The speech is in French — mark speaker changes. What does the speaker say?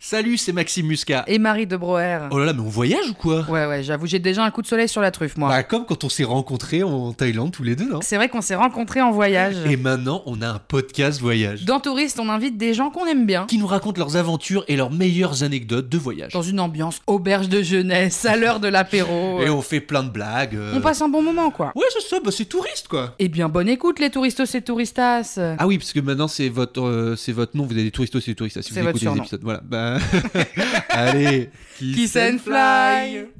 Speaker 1: Salut, c'est Maxime Muscat.
Speaker 2: Et Marie de Broer.
Speaker 1: Oh là là, mais on voyage ou quoi
Speaker 2: Ouais, ouais, j'avoue, j'ai déjà un coup de soleil sur la truffe, moi.
Speaker 1: Bah, comme quand on s'est rencontrés en Thaïlande tous les deux, non
Speaker 2: C'est vrai qu'on s'est rencontrés en voyage.
Speaker 1: Et maintenant, on a un podcast voyage
Speaker 2: Dans Touriste, on invite des gens qu'on aime bien.
Speaker 1: qui nous raconte leurs aventures et leurs meilleures anecdotes de voyage.
Speaker 2: Dans une ambiance auberge de jeunesse, à l'heure de l'apéro.
Speaker 1: Et on fait plein de blagues. euh.
Speaker 2: On passe un bon moment, quoi.
Speaker 1: Ouais, c'est ça, bah c'est touriste quoi.
Speaker 2: Eh bien, bonne écoute, les touristos et touristas.
Speaker 1: Ah oui, parce que maintenant c'est votre, euh, c'est votre nom, vous avez des touristes aussi, des Bah, touristes, si vous
Speaker 2: C'est votre
Speaker 1: écoutez les
Speaker 2: surnom.
Speaker 1: épisodes. Voilà. Bah... Allez,
Speaker 2: Kiss and fly.